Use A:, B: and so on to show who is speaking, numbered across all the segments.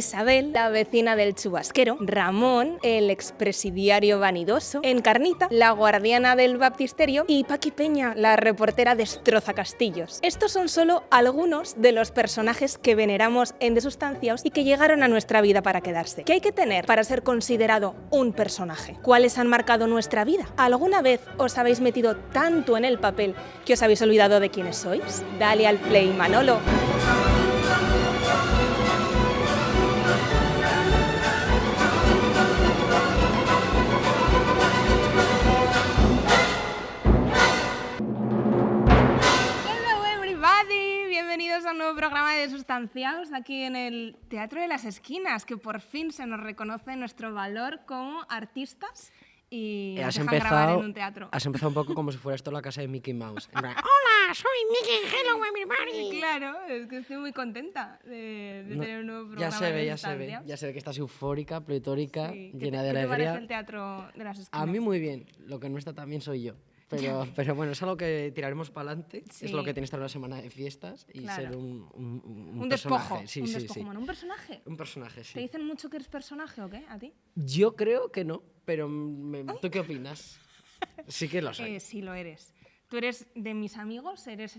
A: Isabel, la vecina del chubasquero, Ramón, el expresidiario vanidoso, Encarnita, la guardiana del baptisterio y Paqui Peña, la reportera destroza castillos. Estos son solo algunos de los personajes que veneramos en De Sustancias y que llegaron a nuestra vida para quedarse. ¿Qué hay que tener para ser considerado un personaje? ¿Cuáles han marcado nuestra vida? ¿Alguna vez os habéis metido tanto en el papel que os habéis olvidado de quiénes sois? Dale al play, Manolo. Hello everybody, bienvenidos a un nuevo programa de Sustanciados aquí en el Teatro de las Esquinas, que por fin se nos reconoce nuestro valor como artistas y
B: Eh,
A: nos
B: Has
A: dejan grabar
B: empezado,
A: en un teatro.
B: has empezado un poco como si fuera esto la casa de Mickey Mouse. En plan,
C: Hola, soy Mickey. Hello,
A: Y
C: everybody.
A: Claro, es que estoy muy contenta de, de
B: no,
A: tener un nuevo programa
B: ya se
A: de
B: ve, ya se ve.
A: Sustanciaos.
B: Ya se ve que estás eufórica, pletórica,
A: Sí, ¿qué
B: llena
A: te-
B: de
A: qué te parece el
B: alegría.
A: Teatro de las Esquinas?
B: A mí muy bien. Lo que no está tan bien soy yo. Pero, pero bueno, es algo que tiraremos para adelante. Es lo
A: Sí.
B: que tiene estar una semana de fiestas y
A: Claro.
B: ser un, un, un- un
A: un
B: personaje.
A: despojo,
B: Sí,
A: un
B: sí,
A: despojo
B: sí.
A: humano, un personaje.
B: Un personaje,
A: ¿Te
B: sí.
A: dicen mucho que eres personaje o qué? ¿A ti?
B: Yo creo que no, pero me- ¿tú qué opinas? Sí que lo soy.
A: Eh, sí, lo eres. Tú eres de mis amigos, eres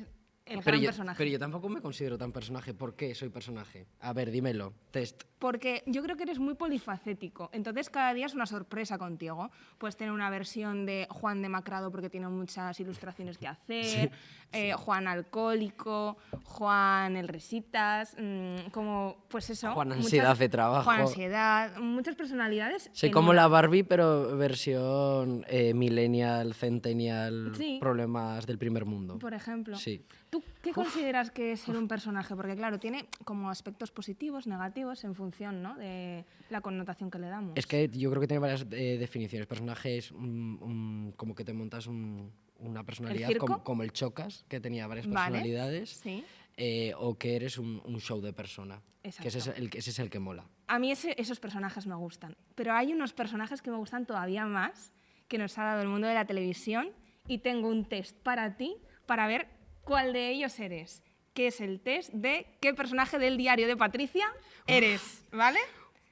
A: el
B: pero,
A: gran
B: yo,
A: personaje.
B: pero yo tampoco me considero tan personaje. ¿Por qué soy personaje? A ver, dímelo. Test.
A: Porque yo creo que eres muy polifacético, entonces cada día es una sorpresa contigo. Puedes tener una versión de Juan demacrado porque tiene muchas ilustraciones que hacer, eh, Juan alcohólico, Juan el risitas, mm, como pues eso.
B: Juan
A: muchas-
B: ansiedad de trabajo.
A: Juan ansiedad, muchas personalidades.
B: Soy
A: en
B: como
A: una.
B: la Barbie, pero versión eh, millennial, centennial,
A: Sí.
B: problemas del primer mundo.
A: Por ejemplo.
B: Sí.
A: ¿Tú qué consideras que es ser un personaje? Porque claro, tiene como aspectos positivos, negativos, en función ¿no? de la connotación que le damos.
B: Es que yo creo que tiene varias eh, definiciones. Personaje es un- un- como que te montas un- una personalidad
A: circo?
B: como, como el Chocas, que tenía varias
A: Vale.
B: personalidades,
A: Sí.
B: eh, o que eres un, un show de persona. Que ese es,
A: Exacto.
B: el, ese es el que mola.
A: A mí ese- esos personajes me gustan, pero hay unos personajes que me gustan todavía más que nos ha dado el mundo de la televisión y tengo un test para ti para ver cuál de ellos eres, que es el test de qué personaje del diario de Patricia eres, ¿vale?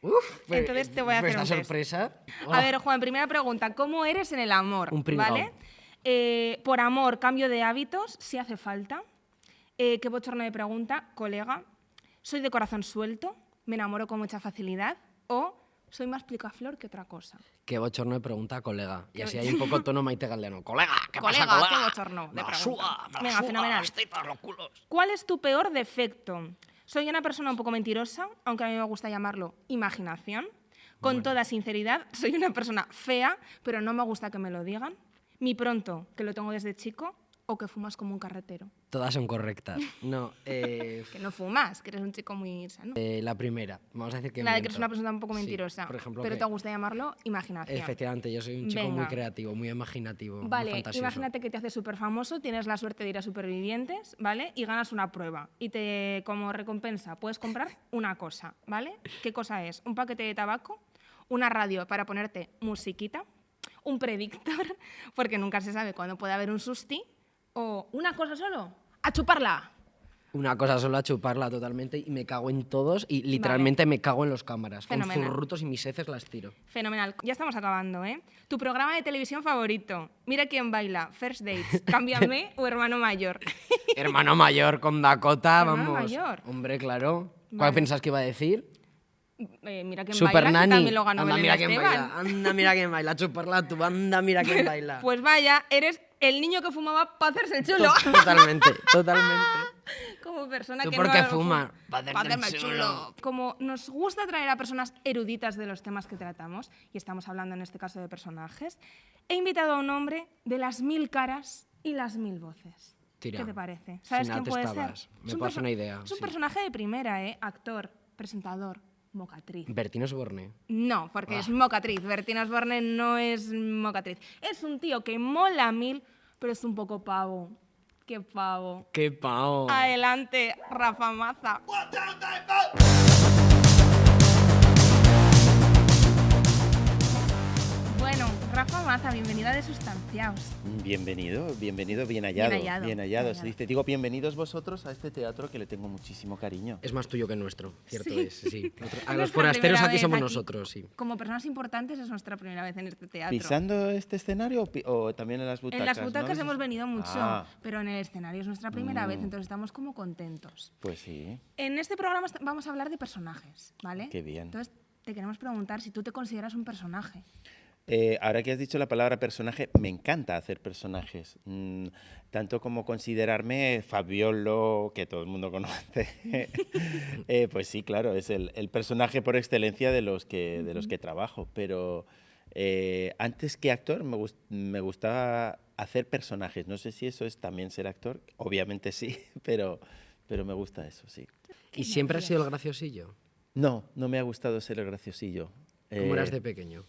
B: Uf, pe-
A: Entonces te voy a
B: pe-
A: hacer
B: esta
A: un test.
B: sorpresa.
A: A ver, Juan, primera pregunta, ¿cómo eres en el amor?
B: Ah. Un pringao.
A: ¿Vale? Eh, por amor, cambio de hábitos, si hace falta. Eh, qué bochorno de pregunta, colega. Soy de corazón suelto, me enamoro con mucha facilidad o soy más plicaflor que otra cosa.
B: Qué bochorno de pregunta, colega. Y
A: Qué
B: así hay un poco tono Maite Galdeano. Colega, ¿qué
A: Colega,
B: pasa,
A: qué
B: colega?
A: bochorno de
B: Me la
A: pregunta.
B: suda, me la
A: Venga,
B: suda,
A: fenomenal.
B: las tetas, los culos.
A: ¿Cuál es tu peor defecto? Soy una persona un poco mentirosa, aunque a mí me gusta llamarlo imaginación. Con toda sinceridad, soy una persona fea, pero no me gusta que me lo digan. Mi pronto, que lo tengo desde chico, o que fumas como un carretero.
B: Todas son correctas. No, eh,
A: Que no fumas, que eres un chico muy sano.
B: eh, la primera. Vamos a decir que.
A: la de que
B: miento.
A: eres una persona un poco
B: Sí,
A: mentirosa,
B: por ejemplo,
A: pero
B: que-
A: te gusta llamarlo imaginación.
B: Efectivamente, yo soy un chico muy
A: Venga.
B: creativo, muy imaginativo. muy
A: Vale,
B: fantasioso.
A: imagínate que te haces súper famoso, tienes la suerte de ir a supervivientes, ¿vale? Y ganas una prueba. Y te, como recompensa, puedes comprar una cosa, ¿vale? ¿Qué cosa es? Un paquete de tabaco, una radio para ponerte musiquita, un predictor, porque nunca se sabe cuándo puede haber un susti, o una cosa solo, a chuparla.
B: Una cosa solo a chuparla totalmente y me cago en todos y literalmente me cago en los cámaras.
A: Fenomenal.
B: Con zurrutos y mis heces las tiro.
A: Fenomenal. Ya estamos acabando, ¿eh? Tu programa de televisión favorito. Mira quién baila. First Dates. Cámbiame o hermano mayor.
B: Hermano mayor con Dakota,
A: Hermano
B: vamos.
A: mayor.
B: Hombre, claro. ¿Cuál
A: Vale.
B: pensás que iba a decir?
A: Eh, mira quién
B: Super
A: baila. que
B: Nani.
A: también lo ganó
B: anda,
A: Belén
B: mira quién
A: Esteban.
B: baila. Anda, mira quién baila. Chuparla tú. Anda, mira quién baila.
A: Pues vaya, eres el niño que fumaba para hacerse el chulo.
B: Totalmente, totalmente.
A: Como persona
B: ¿Tú
A: que
B: por
A: no
B: qué
A: fu-
B: fumas? Pa' hacerte
A: pa'
B: el
A: hacerme el
B: chulo.
A: Como nos gusta traer a personas eruditas de los temas que tratamos, y estamos hablando en este caso de personajes, he invitado a un hombre de las mil caras y las mil voces.
B: Tira.
A: ¿Qué te parece?
B: Si
A: ¿Sabes
B: nada
A: quién
B: te
A: puede
B: estabas.
A: ser?
B: Me
A: Es un
B: puedo hacer
A: perso-
B: una idea,
A: Es un
B: sí.
A: personaje de primera, ¿eh? Actor, presentador, mocatriz.
B: Bertino Soborné.
A: No, porque
B: Ah.
A: es mocatriz. Bertina Osborne no es mocatriz. Es un tío que mola mil, pero es un poco pavo. Qué pavo.
B: ¡Qué pao!
A: Adelante, Rafa Maza. Bueno, Rafa Maza, bienvenida de Sustancias.
D: Asociados.
E: Bienvenido, bienvenido, bien hallado. Bien
D: hallado,
E: hallado.
D: bien hallado.
E: Se dice, digo, bienvenidos vosotros a este teatro que le tengo muchísimo cariño.
B: Es más tuyo que nuestro, cierto
D: Sí.
B: es, sí. Otro- a
D: Es
B: los
D: nuestra
B: forasteros
D: primera
B: aquí
D: vez
B: somos
D: aquí.
B: nosotros, sí.
A: Como personas importantes es nuestra primera vez en este teatro.
E: ¿Pisando este escenario o pi- o, también en las butacas?
A: en las
E: no?
A: butacas hemos venido mucho,
E: Ah,
A: pero en el escenario es nuestra primera
E: Mm.
A: vez, entonces estamos como contentos.
E: pues sí.
A: En este programa est- vamos a hablar de personajes, ¿vale?
E: Qué bien.
A: Entonces te queremos preguntar si tú te consideras un personaje.
E: Eh, ahora que has dicho la palabra personaje, me encanta hacer personajes. Mm, tanto como considerarme Fabiolo, que todo el mundo conoce. Eh, pues sí, claro, es el, el personaje por excelencia de los que, de los que trabajo. Pero eh, antes que actor, me, gus- me gustaba hacer personajes. No sé si eso es también ser actor. Obviamente sí, pero, pero me gusta eso, sí.
B: ¿Y siempre has sido el graciosillo?
E: No, no me ha gustado ser el graciosillo.
B: ¿Cómo eras
E: Eh,
B: de pequeño?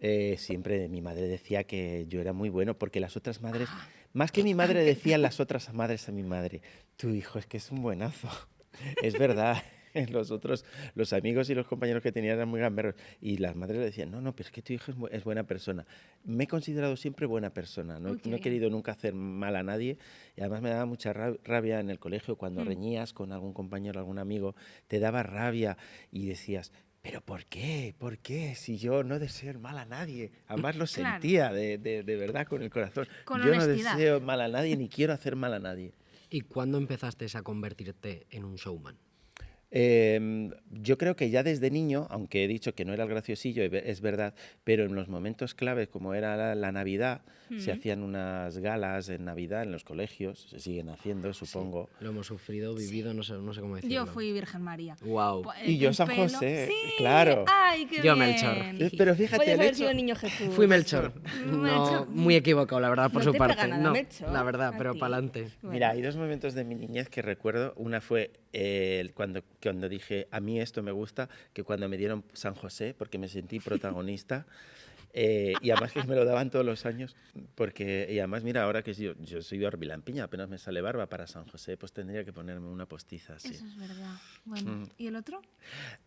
E: eh, siempre mi madre decía que yo era muy bueno porque las otras madres, más que mi madre decían las otras madres a mi madre, tu hijo es que es un buenazo. Es verdad, los otros, los amigos y los compañeros que tenía eran muy gamberros y las madres le decían, no, no, pero es que tu hijo es, bu- es buena persona. Me he considerado siempre buena persona, no,
A: Uy, qué
E: no he
A: bien.
E: querido nunca hacer mal a nadie y además me daba mucha ra- rabia en el colegio cuando
A: Mm.
E: reñías con algún compañero, algún amigo, te daba rabia y decías, pero ¿por qué? ¿Por qué? Si yo no deseo el mal a nadie. Además lo
A: Claro.
E: sentía de, de- de verdad con el corazón.
A: Con
E: yo
A: honestidad.
E: no deseo mal a nadie ni quiero hacer mal a nadie.
B: ¿Y cuándo empezaste a convertirte en un showman?
E: Eh, yo creo que ya desde niño, aunque he dicho que no era el graciosillo, e- es verdad, pero en los momentos claves, como era la, la Navidad, se hacían unas galas en Navidad en los colegios, se siguen haciendo, supongo.
B: Lo hemos sufrido, vivido, no, sé, no sé cómo decirlo.
A: Yo fui Virgen María.
B: Wow.
A: Po- eh,
E: Y yo
A: con
E: San
A: pelo-
E: José,
A: Sí,
E: claro.
A: Ay, qué
B: Yo
A: bien.
B: Melchor.
E: Eh, Pero fíjate,
A: Podías
E: el
A: haber
E: hecho-
A: sido niño Jesús.
B: Fui Melchor. No,
A: Melchor.
B: muy equivocado, la verdad, por
A: No
B: su
A: te pega
B: parte.
A: nada,
B: no,
A: Melchor,
B: la verdad,
A: a
B: pero
A: ti.
B: para adelante.
A: Bueno.
E: Mira, hay dos momentos de mi niñez que recuerdo. Una fue eh, el- cuando, cuando dije, a mí esto me gusta, que cuando me dieron San José, porque me sentí protagonista. eh, y además que me lo daban todos los años, porque, y además mira, ahora que yo, yo soy de Orbilampiña, apenas me sale barba para San José, pues tendría que ponerme una postiza así.
A: Eso es verdad. Bueno,
E: Mm.
A: ¿y el otro?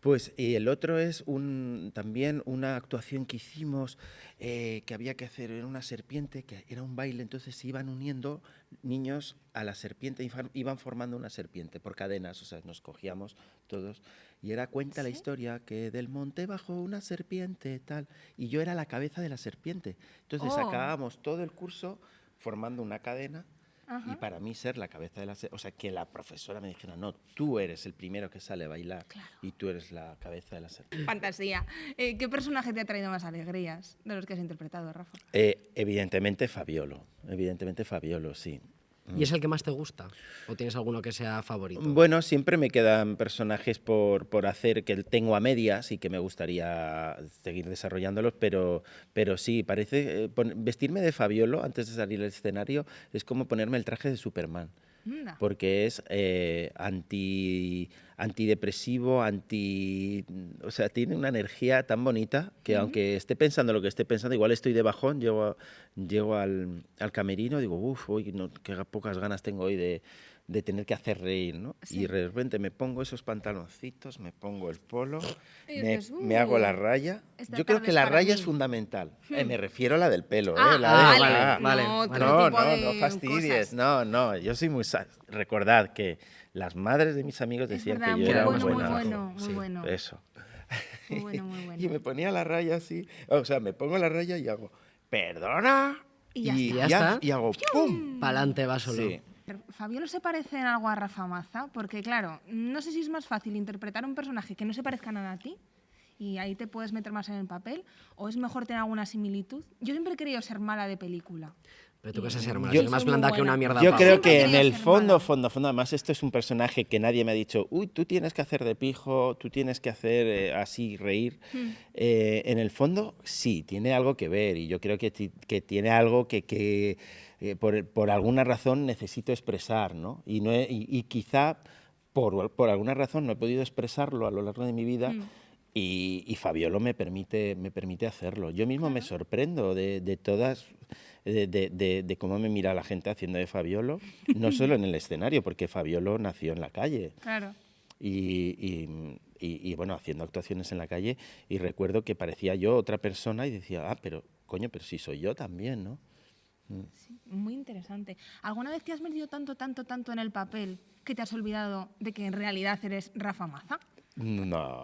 E: Pues y el otro es un, también una actuación que hicimos eh, que había que hacer, era una serpiente, que era un baile, entonces se iban uniendo niños a la serpiente, y far- iban formando una serpiente por cadenas, o sea, nos cogíamos todos. Y era cuenta la historia que del monte bajó una serpiente, tal, y yo era la cabeza de la serpiente. Entonces
A: Oh.
E: acabábamos todo el curso formando una cadena y
A: Ajá.
E: para mí ser la cabeza de la... se- O sea, que la profesora me dijera, no, tú eres el primero que sale a bailar y tú eres la cabeza de la serpiente.
A: Fantasía. Eh, ¿Qué personaje te ha traído más alegrías de los que has interpretado, Rafa?
E: Eh, evidentemente Fabiolo, evidentemente Fabiolo, sí.
B: ¿Y es el que más te gusta? ¿O tienes alguno que sea favorito?
E: Bueno, siempre me quedan personajes por, por hacer que tengo a medias y que me gustaría seguir desarrollándolos, pero, pero sí, parece... eh, pon- vestirme de Fabiolo antes de salir al escenario es como ponerme el traje de Superman.
A: Anda.
E: porque es eh, anti, antidepresivo, anti... O sea, tiene una energía tan bonita que aunque esté pensando lo que esté pensando, igual estoy de bajón, llego, a- llego al, al camerino, digo, uff, hoy no, qué ga- pocas ganas tengo hoy de, de tener que hacer reír, ¿no?
A: Sí.
E: Y de repente me pongo esos pantaloncitos, me pongo el polo,
A: Y
E: me,
A: dices,
E: me hago la
A: "Uh,
E: raya.
A: esta
E: Yo creo
A: tarde
E: que
A: es
E: la
A: para
E: raya
A: mí". Hmm.
E: es fundamental. Eh, me refiero a la del pelo,
A: Ah,
E: ¿eh? La de-
B: vale,
E: ah,
B: vale,
A: no,
B: vale.
A: otro
E: no,
A: tipo
E: no,
A: de
E: no fastidies.
A: cosas.
E: No, no, yo soy muy. sa- Recordad que las madres de mis amigos
A: Es
E: decían
A: verdad,
E: que
A: muy
E: yo era
A: bueno,
E: un
A: muy
E: buenazo.
A: bueno, muy
B: Sí,
A: bueno.
E: Eso.
A: Muy bueno, muy
E: Y me
A: bueno.
E: ponía la raya así. O sea, me pongo la raya y hago, perdona.
A: Y ya
B: está. Ya está.
E: y hago, ¡pum!
B: Para adelante va solo.
E: Sí.
A: Pero, ¿Fabiolo se parece en algo a Rafa Maza? Porque, claro, no sé si es más fácil interpretar un personaje que no se parezca nada a ti y ahí te puedes meter más en el papel o es mejor tener alguna similitud. Yo siempre he querido ser mala de película.
B: Pero tú que seas hermano,
E: Yo-
B: eres más
A: Soy muy
B: blanda que
A: buena.
B: una mierda.
E: Yo
B: pava.
E: creo
A: Siempre
E: que en
A: quería
E: el
A: ser
E: fondo,
A: mala.
E: fondo, fondo, además esto es un personaje que nadie me ha dicho, uy, tú tienes que hacer de pijo, tú tienes que hacer eh, así, reír. Eh, en el fondo, sí, tiene algo que ver y yo creo que, ti- que tiene algo que, que, eh, por, por alguna razón necesito expresar, ¿no? Y, no he- y- y quizá por, por alguna razón no he podido expresarlo a lo largo de mi vida.
A: Mm.
E: Y, y Fabiolo me permite, me permite hacerlo. Yo mismo me sorprendo de, de todas, de, de- de- de cómo me mira la gente haciendo de Fabiolo, no solo en el escenario, porque Fabiolo nació en la calle
A: Claro.
E: y, y- y- y, bueno, haciendo actuaciones en la calle y recuerdo que parecía yo otra persona y decía, ah, pero coño, pero si soy yo también, ¿no?
A: Sí, muy interesante. ¿Alguna vez te has metido tanto, tanto, tanto en el papel que te has olvidado de que en realidad eres Rafa Maza?
E: No.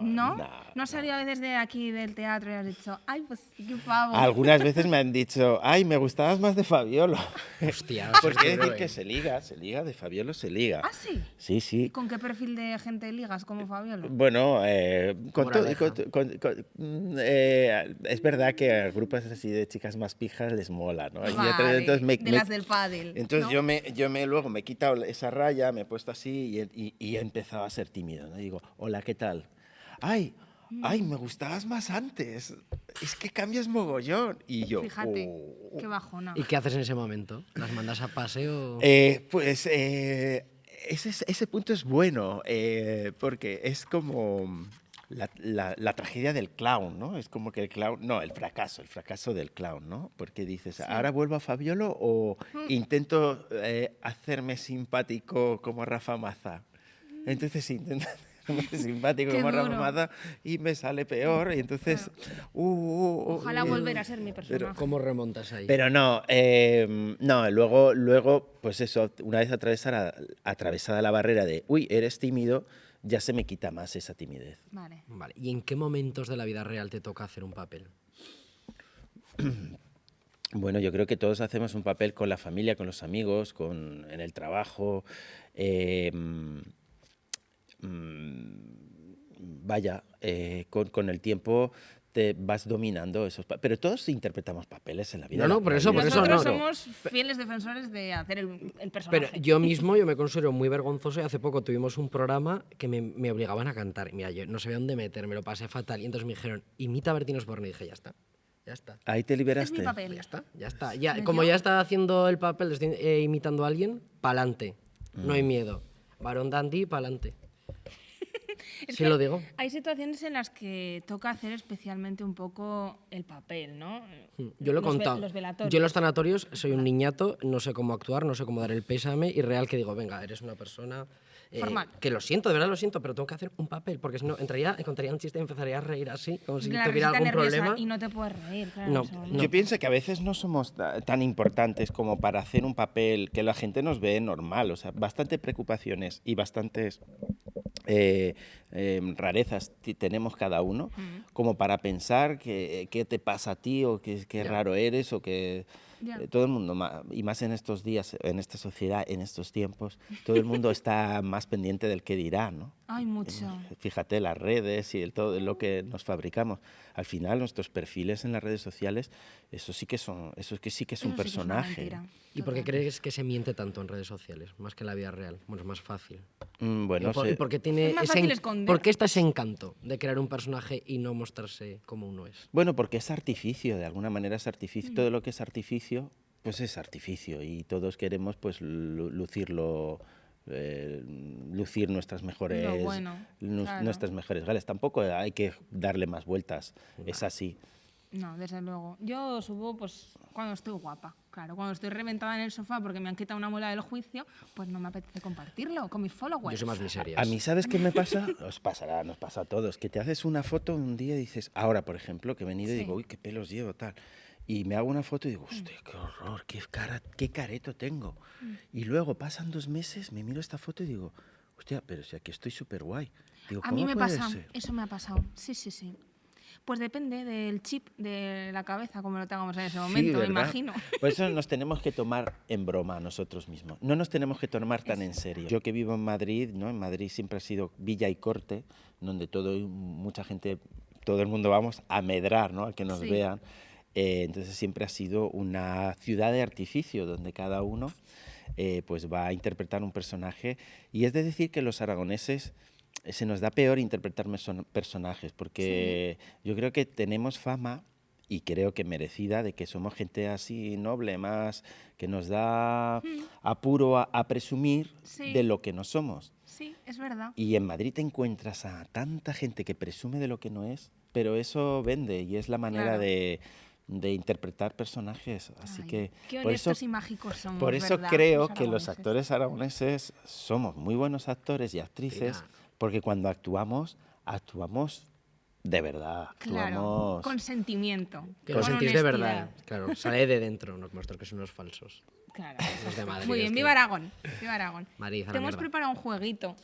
A: ¿No?
E: no,
A: ¿No has salido a veces de aquí del teatro y has dicho, ay, pues sí, qué pavo?
E: Algunas veces me han dicho, ay, me gustabas más de Fabiolo.
B: Hostia,
E: Porque
B: Pues es
E: es decir que se liga, se liga, de Fabiolo se liga.
A: ¿Ah, sí?
E: Sí, sí.
A: ¿Con qué perfil de gente ligas como Fabiolo?
E: Bueno, eh, con
B: Moraleja.
E: todo- con- con- con- mm, eh, es verdad que a grupos así de chicas más pijas les mola, ¿no? Y
A: Vale,
E: me-
A: de
E: me-
A: las del pádel.
E: entonces
A: ¿no?
E: yo me, yo me luego me he quitado esa raya, me he puesto así y, y- y he empezado a ser tímido. ¿no? Y digo, hola, ¿qué tal? Ay, ay, me gustabas más antes. Es que cambias mogollón. Y yo,
A: Fíjate,
E: "Oh".
A: qué bajona.
B: ¿Y qué haces en ese momento? ¿Las mandas a paseo?
E: Eh, pues eh, ese, es- ese punto es bueno, eh, porque es como la, la- la tragedia del clown, ¿no? Es como que el clown, no, el fracaso, el fracaso del clown, ¿no? Porque dices, ¿ahora vuelvo a Fabiolo o
A: Hmm.
E: intento eh, hacerme simpático como Rafa Maza? Entonces intento hacerme simpático
A: Qué
E: como Rafa
A: duro.
E: Maza y me sale peor y entonces... uh, uh, uh,
A: Ojalá
E: y-
A: volver a ser mi personaje.
B: ¿Cómo remontas ahí?
E: pero no, eh, no, luego, luego, pues eso, una vez atravesada, atravesada la barrera de, uy, eres tímido, ya se me quita más esa timidez.
A: Vale.
B: Vale, ¿Y en qué momentos de la vida real te toca hacer un papel?
E: Bueno, yo creo que todos hacemos un papel con la familia, con los amigos, con, en el trabajo. eh, mm, mm, vaya, eh, con, con el tiempo te vas dominando esos papeles. Pero todos interpretamos papeles en la vida.
B: No, no,
E: la-
B: por
E: la
B: eso,
E: vida
B: por
E: es
B: eso
E: un
B: no.
A: Nosotros
E: juego.
A: somos fieles defensores de hacer el, el personaje.
B: Pero yo mismo, yo me considero muy vergonzoso y hace poco tuvimos un programa que me, me obligaban a cantar. Y Mira, yo no sabía dónde meterme, lo pasé fatal. Y entonces me dijeron, imita a Bertino Osborne. Y dije, ya está, ya está.
E: Ahí
A: Este
E: te
A: es
E: liberaste.
A: mi papel.
B: Ya está, ya
A: Pues
B: está. Ya, como ya estaba haciendo el papel, estoy eh, imitando a alguien, pa'lante. No hay miedo. Varón Dandy, pa'lante.
A: Es
B: Sí
A: que
B: lo digo.
A: Hay situaciones en las que toca hacer especialmente un poco el papel, ¿no?
B: Hmm, Yo lo
A: Los
B: he
A: ve-
B: contado.
A: Los velatorios.
B: Yo en los tanatorios soy un niñato, no sé cómo actuar, no sé cómo dar el pésame y real que digo, venga, eres una persona... eh,
A: Formal.
B: Que lo siento, de verdad lo siento, pero tengo que hacer un papel, porque si no, entraría, encontraría un chiste y empezaría a reír así, como si
A: Claro,
B: tuviera
A: si está
B: algún
A: nerviosa
B: problema.
A: Y no te puedes reír, claro.
B: No,
A: en ese momento.
E: Yo pienso que a veces no somos ta- tan importantes como para hacer un papel que la gente nos ve normal, o sea, bastantes preocupaciones y bastantes eh, eh, rarezas ti- tenemos cada uno, como para pensar que eh, qué te pasa a ti o que, qué raro eres o que
A: Ya.
E: eh, todo el mundo, ma- y más en estos días, en esta sociedad, en estos tiempos, todo el mundo está más pendiente del que dirá, ¿no?
A: Ay, mucho.
E: Fíjate, las redes y el todo lo que nos fabricamos. Al final, nuestros perfiles en las redes sociales, eso sí que son, eso que sí que es un
A: Eso sí que es una
E: personaje.
A: mentira,
B: ¿Y por qué
A: total.
B: crees que se miente tanto en redes sociales, más que en la vida real? Bueno, es más fácil.
E: Mm,
B: ¿Y
E: bueno,
B: por,
E: se-
B: y por qué tiene
A: Es más
B: ese
A: fácil
B: en-
A: esconder.
B: ¿Por qué está ese encanto de crear un personaje y no mostrarse como uno es?
E: bueno, porque es artificio, de alguna manera es artificio.
A: Mm.
E: Todo lo que es artificio, pues es artificio y todos queremos pues lu- lucirlo. eh, lucir nuestras mejores
A: bueno,
E: nu-
A: claro.
E: nuestras mejores gales tampoco hay que darle más vueltas es así
A: No, desde luego. Yo subo pues cuando estoy guapa. Claro, cuando estoy reventada en el sofá porque me han quitado una muela del juicio, pues no me apetece compartirlo con mis
B: Yo
A: followers.
B: soy más miseria.
E: A mí, ¿sabes qué me pasa? Os pasará, nos pasa a todos. Que te haces una foto un día y dices, ahora, por ejemplo, que he venido y digo, uy, qué pelos llevo, tal. Y me hago una foto y digo,
A: Mm.
E: hostia, qué horror, qué, cara, qué careto tengo. Y luego pasan dos meses, me miro esta foto y digo, hostia, pero si aquí estoy súper guay. Digo,
A: A mí
E: "¿Cómo
A: me
E: puede
A: pasa,
E: ser?".
A: eso me ha pasado. Sí, sí, sí. Pues depende del chip de la cabeza, como lo tengamos en ese
E: Sí,
A: momento, me
E: ¿verdad?
A: imagino.
E: Por eso nos tenemos que tomar en broma nosotros mismos. No nos tenemos que tomar tan en serio. Yo que vivo en Madrid, ¿no? En Madrid siempre ha sido villa y corte, donde todo mucha gente, todo el mundo vamos a medrar, ¿no? A que nos
A: Sí.
E: vean. Eh, entonces siempre ha sido una ciudad de artificio donde cada uno eh, pues va a interpretar un personaje. Y es de decir que los aragoneses eh, se nos da peor interpretar meson- personajes, porque yo creo que tenemos fama y creo que merecida de que somos gente así noble, más que nos da apuro a, a presumir
A: Sí.
E: de lo que no somos.
A: Sí, es verdad.
E: Y en Madrid te encuentras a tanta gente que presume de lo que no es, pero eso vende y es la manera
A: Claro.
E: de, de interpretar personajes. Así
A: Ay,
E: que
A: qué
E: por eso,
A: honestos y mágicos somos.
E: por eso
A: Mm, ¿verdad?
E: creo que
A: aragoneses.
E: los actores aragoneses somos muy buenos actores y actrices,
B: Mira.
E: porque cuando actuamos, actuamos
F: de verdad.
A: Claro,
F: Actuamos.
A: con sentimiento.
B: Que
A: con
B: lo sentís de
A: honestidad.
B: verdad. Claro, sale de dentro, nos muestras que son unos falsos.
A: Claro.
B: Los de Madrid.
A: Muy bien,
B: es que-
A: viva Aragón. Viva Aragón.
B: Madrid, a la
A: Te hemos
B: mierda.
A: preparado un jueguito,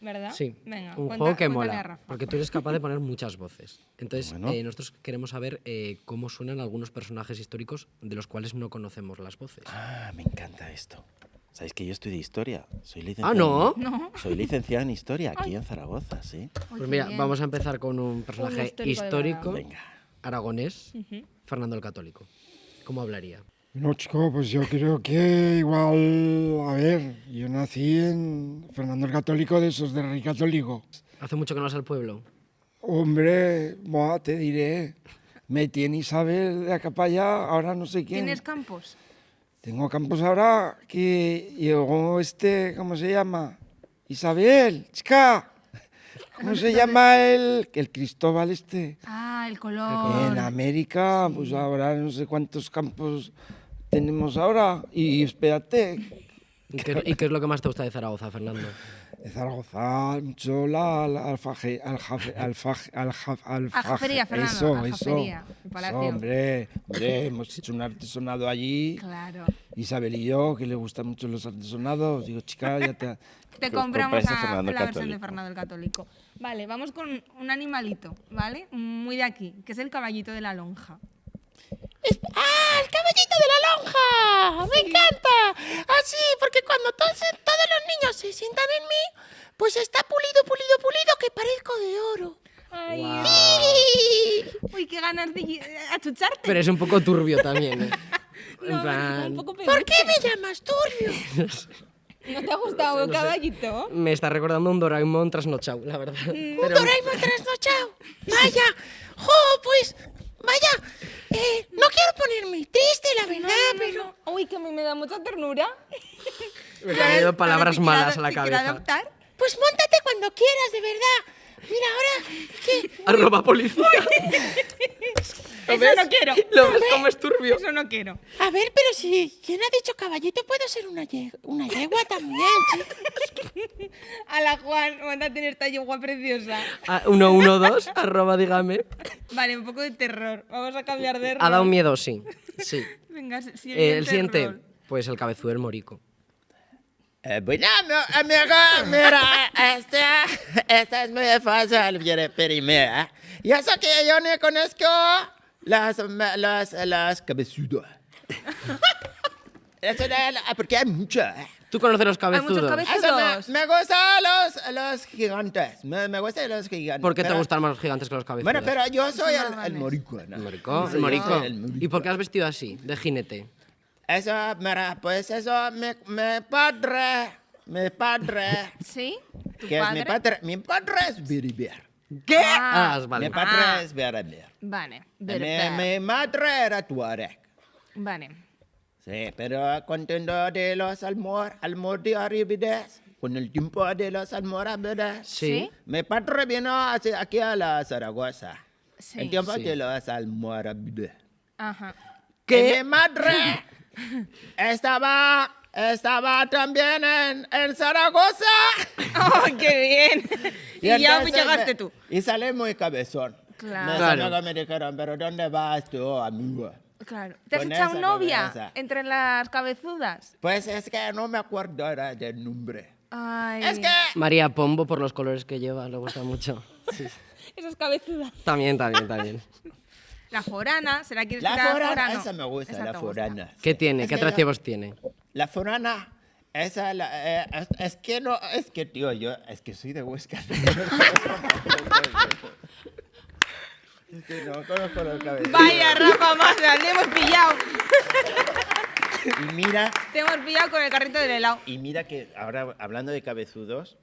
A: ¿verdad?
B: Sí,
A: Venga,
B: un
A: cuenta-
B: juego que
A: cuéntale a
B: mola,
A: Rafa.
B: porque tú eres capaz de poner muchas voces. Entonces,
F: Bueno.
B: eh, nosotros queremos saber eh, cómo suenan algunos personajes históricos de los cuales no conocemos las voces.
F: Ah, me encanta esto. ¿Sabéis que yo estudié historia? Soy licenciado.
B: Ah,
F: en-
B: ¿no?
A: No.
F: Soy licenciado en historia aquí en Zaragoza, sí.
B: Pues mira,
A: bien.
B: vamos a empezar con un personaje
A: histórico de
B: histórico,
F: verdad. Venga.
B: aragonés, Fernando el Católico. ¿Cómo hablaría?
D: No, chico, pues yo creo que igual, a ver, yo nací en Fernando el Católico de esos de Rey Católico.
B: Hace mucho que no vas al pueblo.
D: Hombre, buah, te diré, me tiene Isabel de acá para allá, ahora no sé quién.
A: ¿Tienes campos?
D: Tengo campos ahora que llegó este, ¿cómo se llama? Isabel, chica. ¿Cómo se llama el, el Cristóbal este?
A: Ah, el color.
D: En América, pues ahora no sé cuántos campos tenemos ahora. Y espérate,
B: ¿Y qué, y qué es lo que más te gusta de Zaragoza, Fernando?
D: de Zaragoza, mucho la alfaje, alfaje, alfaje, alfaje,
A: Aljafería, Fernando,
D: Eso,
A: aljafería,
D: eso.
A: el palacio.
D: Eso, hombre, hombre, hemos hecho un artesonado allí.
A: Claro.
D: Isabel y yo, que le gustan mucho los artesonados. Digo, chica, ya te...
A: Te
F: Que os
A: compramos
F: compráis a
A: a-
F: Fernando
A: la versión de
F: Católico.
A: Fernando el Católico. Vale, vamos con un animalito, ¿vale? Muy de aquí, que es el caballito de la lonja.
C: ¡Ah, el caballito de la lonja! ¡Me encanta! Así, porque cuando todos, todos los niños se sientan en mí, pues está pulido, pulido, pulido, que parezco de oro.
A: ¡Ay!
B: Guau.
A: ¡Uy, qué ganas de eh, achucharte!
B: Pero es un poco turbio también. ¿eh?
A: No,
B: en
A: me resulta
B: plan,
A: un poco
C: ¿Por
A: peluche.
C: qué me llamas turbio?
A: ¿No te ha gustado el caballito?
B: me está recordando un Doraemon trasnochado, la verdad.
C: Un
B: Pero-
C: Doraemon trasnochado. Vaya. Jo, pues. Vaya. Eh, no quiero ponerme triste, la
B: Ah,
C: verdad, pero.
A: Eh, Uy, que a mí me da mucha ternura.
B: Me han venido palabras
A: Ahora te quiero
B: malas a la
A: adop- te quiero
B: cabeza.
A: adoptar.
C: Pues montate cuando quieras, de verdad. Mira, ahora que.
B: Arroba policía.
A: Eso no quiero.
B: ¿Lo ves cómo es turbio?
A: Eso no quiero.
C: A ver, pero si. ¿Quién ha dicho caballito? Puedo ser una, ye- una yegua también, chicos.
A: A la Juan, manda a tener esta yegua preciosa.
B: Ah, 112, arroba dígame.
A: Vale, un poco de terror. Vamos a cambiar de
B: Ha dado
A: rol.
B: miedo, sí. Sí.
A: Venga, si-
B: Eh,
A: siguiente
B: el siguiente,
A: rol.
B: pues el cabezudo del morico.
F: Eh,
E: pues,
F: bueno,
E: Amiga, mira, esta, esta es muy fácil, mire, primera. Y eso que yo no conozco las, las, las cabezudas. Eso era la- porque hay muchas. ¿eh?
B: ¿Tú conoces los
A: Hay muchos
B: cabezudos?
E: Eso me,
A: cabezudos.
E: me gustan los, los gigantes. Me, me gustan los gigantes.
B: ¿Por qué te
E: pero-
B: gustan más los gigantes que los cabezudos?
E: Bueno, pero yo soy el, el
A: normales.
E: morico. ¿no?
B: El morico,
E: Yo
B: el morico.
E: soy el morico.
B: ¿Y por qué has vestido así, de jinete?
E: Eso, mira, pues eso, mi, mi padre, mi padre.
A: ¿Sí? ¿Tu
E: que es mi
A: padre?
E: padre, mi padre es Biribier.
B: ¿Qué?
A: Ah.
B: Ah, vale.
E: Mi padre
A: Ah.
E: es Biribier.
A: Vale,
E: Mi,
A: verdad.
E: mi madre era Tuareg.
A: Vale.
E: Sí, pero contento de los almor, almorávides, con el tiempo de los almorávides.
B: Sí.
E: Mi padre vino hacia- aquí a la Zaragoza.
A: Sí.
E: El tiempo
B: Sí.
E: de los almorávides.
A: Ajá.
E: ¿Qué? Mi madre estaba, estaba también en, en Zaragoza.
A: ¡Oh, qué bien! y ya
E: entonces
A: llegaste
E: me-
A: tú.
E: Y salí muy cabezón.
A: Claro.
E: Mis
B: Claro.
E: amigos me dijeron, pero ¿dónde vas tú, amigo?
A: Claro. ¿Te has
E: Con
A: echado
E: esa
A: novia
E: cabeza.
A: entre las cabezudas?
E: Pues es que no me acuerdo ahora del nombre.
A: Ay.
E: Es que
B: María Pombo, por los colores que lleva, le gusta mucho.
A: Esas cabezudas.
B: También, también, también.
A: La forana, ¿será que quieres
E: la
A: quitar
E: forana,
A: forano?
E: esa me gusta,
A: Esa
E: la
A: te
E: forana.
B: ¿Qué tiene?
E: Es
B: ¿Qué
E: que yo-
B: atractivos tiene?
E: La forana, esa, la, eh, es, es que no, es que tío, yo, es que soy de Huesca. Es que no conozco los cabezas.
A: Vaya, Rafa Massa, le hemos pillado.
E: Y mira,
A: Te hemos pillado con el carrito del helado.
E: Y mira que ahora hablando de cabezudos,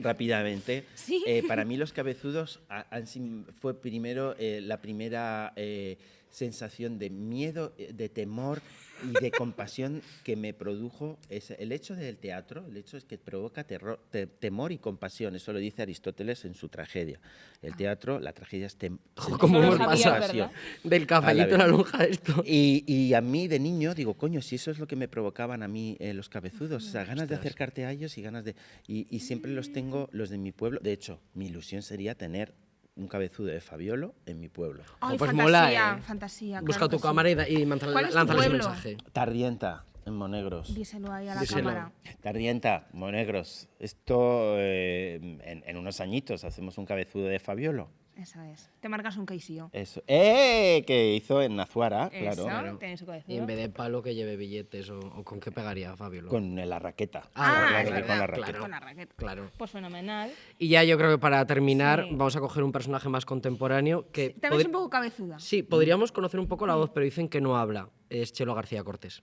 E: rápidamente,
A: Sí.
E: eh, para mí los cabezudos ha- han sim- fue primero eh, la primera eh, sensación de miedo, eh, de temor y de compasión que me produjo ese- el hecho del teatro, el hecho es que provoca terror, te- temor y compasión, eso lo dice Aristóteles en su tragedia. El teatro, la tragedia es tem-
B: Ojo, ¿Cómo
A: lo
B: hemos
A: sabía,
B: pasado
A: ¿verdad?
B: del caballito a
E: A
B: la
E: la
B: lonja de esto?
E: y, y a mí de niño digo, coño, si eso es lo que me provocaban a mí eh, los cabezudos, o sea, ganas de acercarte a ellos y ganas de... Y, y siempre los tengo, los de mi pueblo. De hecho, mi ilusión sería tener un cabezudo de Fabiolo en mi pueblo.
B: Jo,
A: Ay,
B: pues
A: fantasía,
B: mola, eh.
A: fantasía. claro
B: Busca
A: que
B: tu
A: sí.
B: cámara y, da- y manza-
A: ¿Cuál es tu
B: lánzales un
A: pueblo?
B: mensaje.
E: Tardienta, en Monegros.
A: Díselo ahí a la
B: Díselo.
A: cámara.
E: Tardienta, Monegros. Esto eh, en, en unos añitos hacemos un cabezudo de Fabiolo.
A: Eso es. Te marcas un quesillo.
E: Eso. ¡Eh! Que hizo en Azuara,
A: Eso,
E: claro.
A: tenéis que
B: Y en
A: decirlo.
B: vez de palo que lleve billetes o, o con qué pegaría, Fabio.
E: Con la raqueta.
A: Ah,
E: Claro,
A: es
E: con la
A: verdad,
E: raqueta.
A: Con la raqueta.
B: Claro.
A: Pues fenomenal.
B: Y ya yo creo que para terminar
A: Sí.
B: vamos a coger un personaje más contemporáneo que...
A: También es
B: podri-
A: un poco cabezuda.
B: Sí, podríamos conocer un poco la voz, pero dicen que no habla. Es Chelo García Cortés.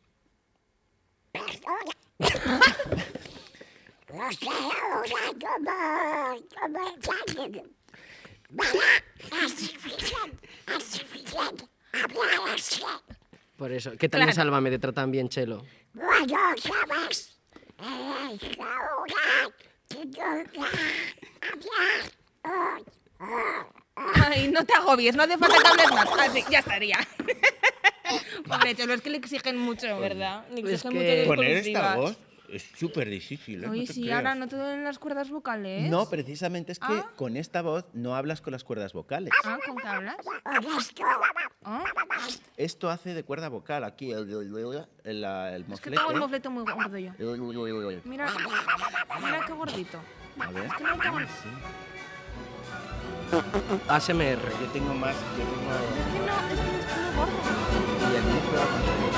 B: Por eso, que también
A: Claro.
B: sálvame, te tratan bien, Chelo.
A: Ay, no te agobies, no hace falta que hables más. Así, ya estaría. Pobre Cholo, es que le exigen mucho, ¿verdad? Le
B: Es
A: exigen
B: que-
A: mucho de
E: Poner esta
A: exclusivas.
E: voz es súper difícil. ¿eh?
A: Oye,
E: No te
A: sí,
E: creas.
A: ahora no te duelen las cuerdas vocales.
E: No, precisamente es que
A: Ah.
E: con esta voz no hablas con las cuerdas vocales.
A: Ah, ¿con qué hablas? Ah,
E: Esto hace de cuerda vocal aquí el, el- el- la- el
A: es que
E: moflete.
A: tengo el mofleto muy gordo yo.
E: El-
A: Mira, mira qué gordito.
E: A ver.
A: Es que no tengo-
B: ASMR.
E: Yo tengo más, yo tengo
A: es que no, es que es muy gordo.
E: y el micro-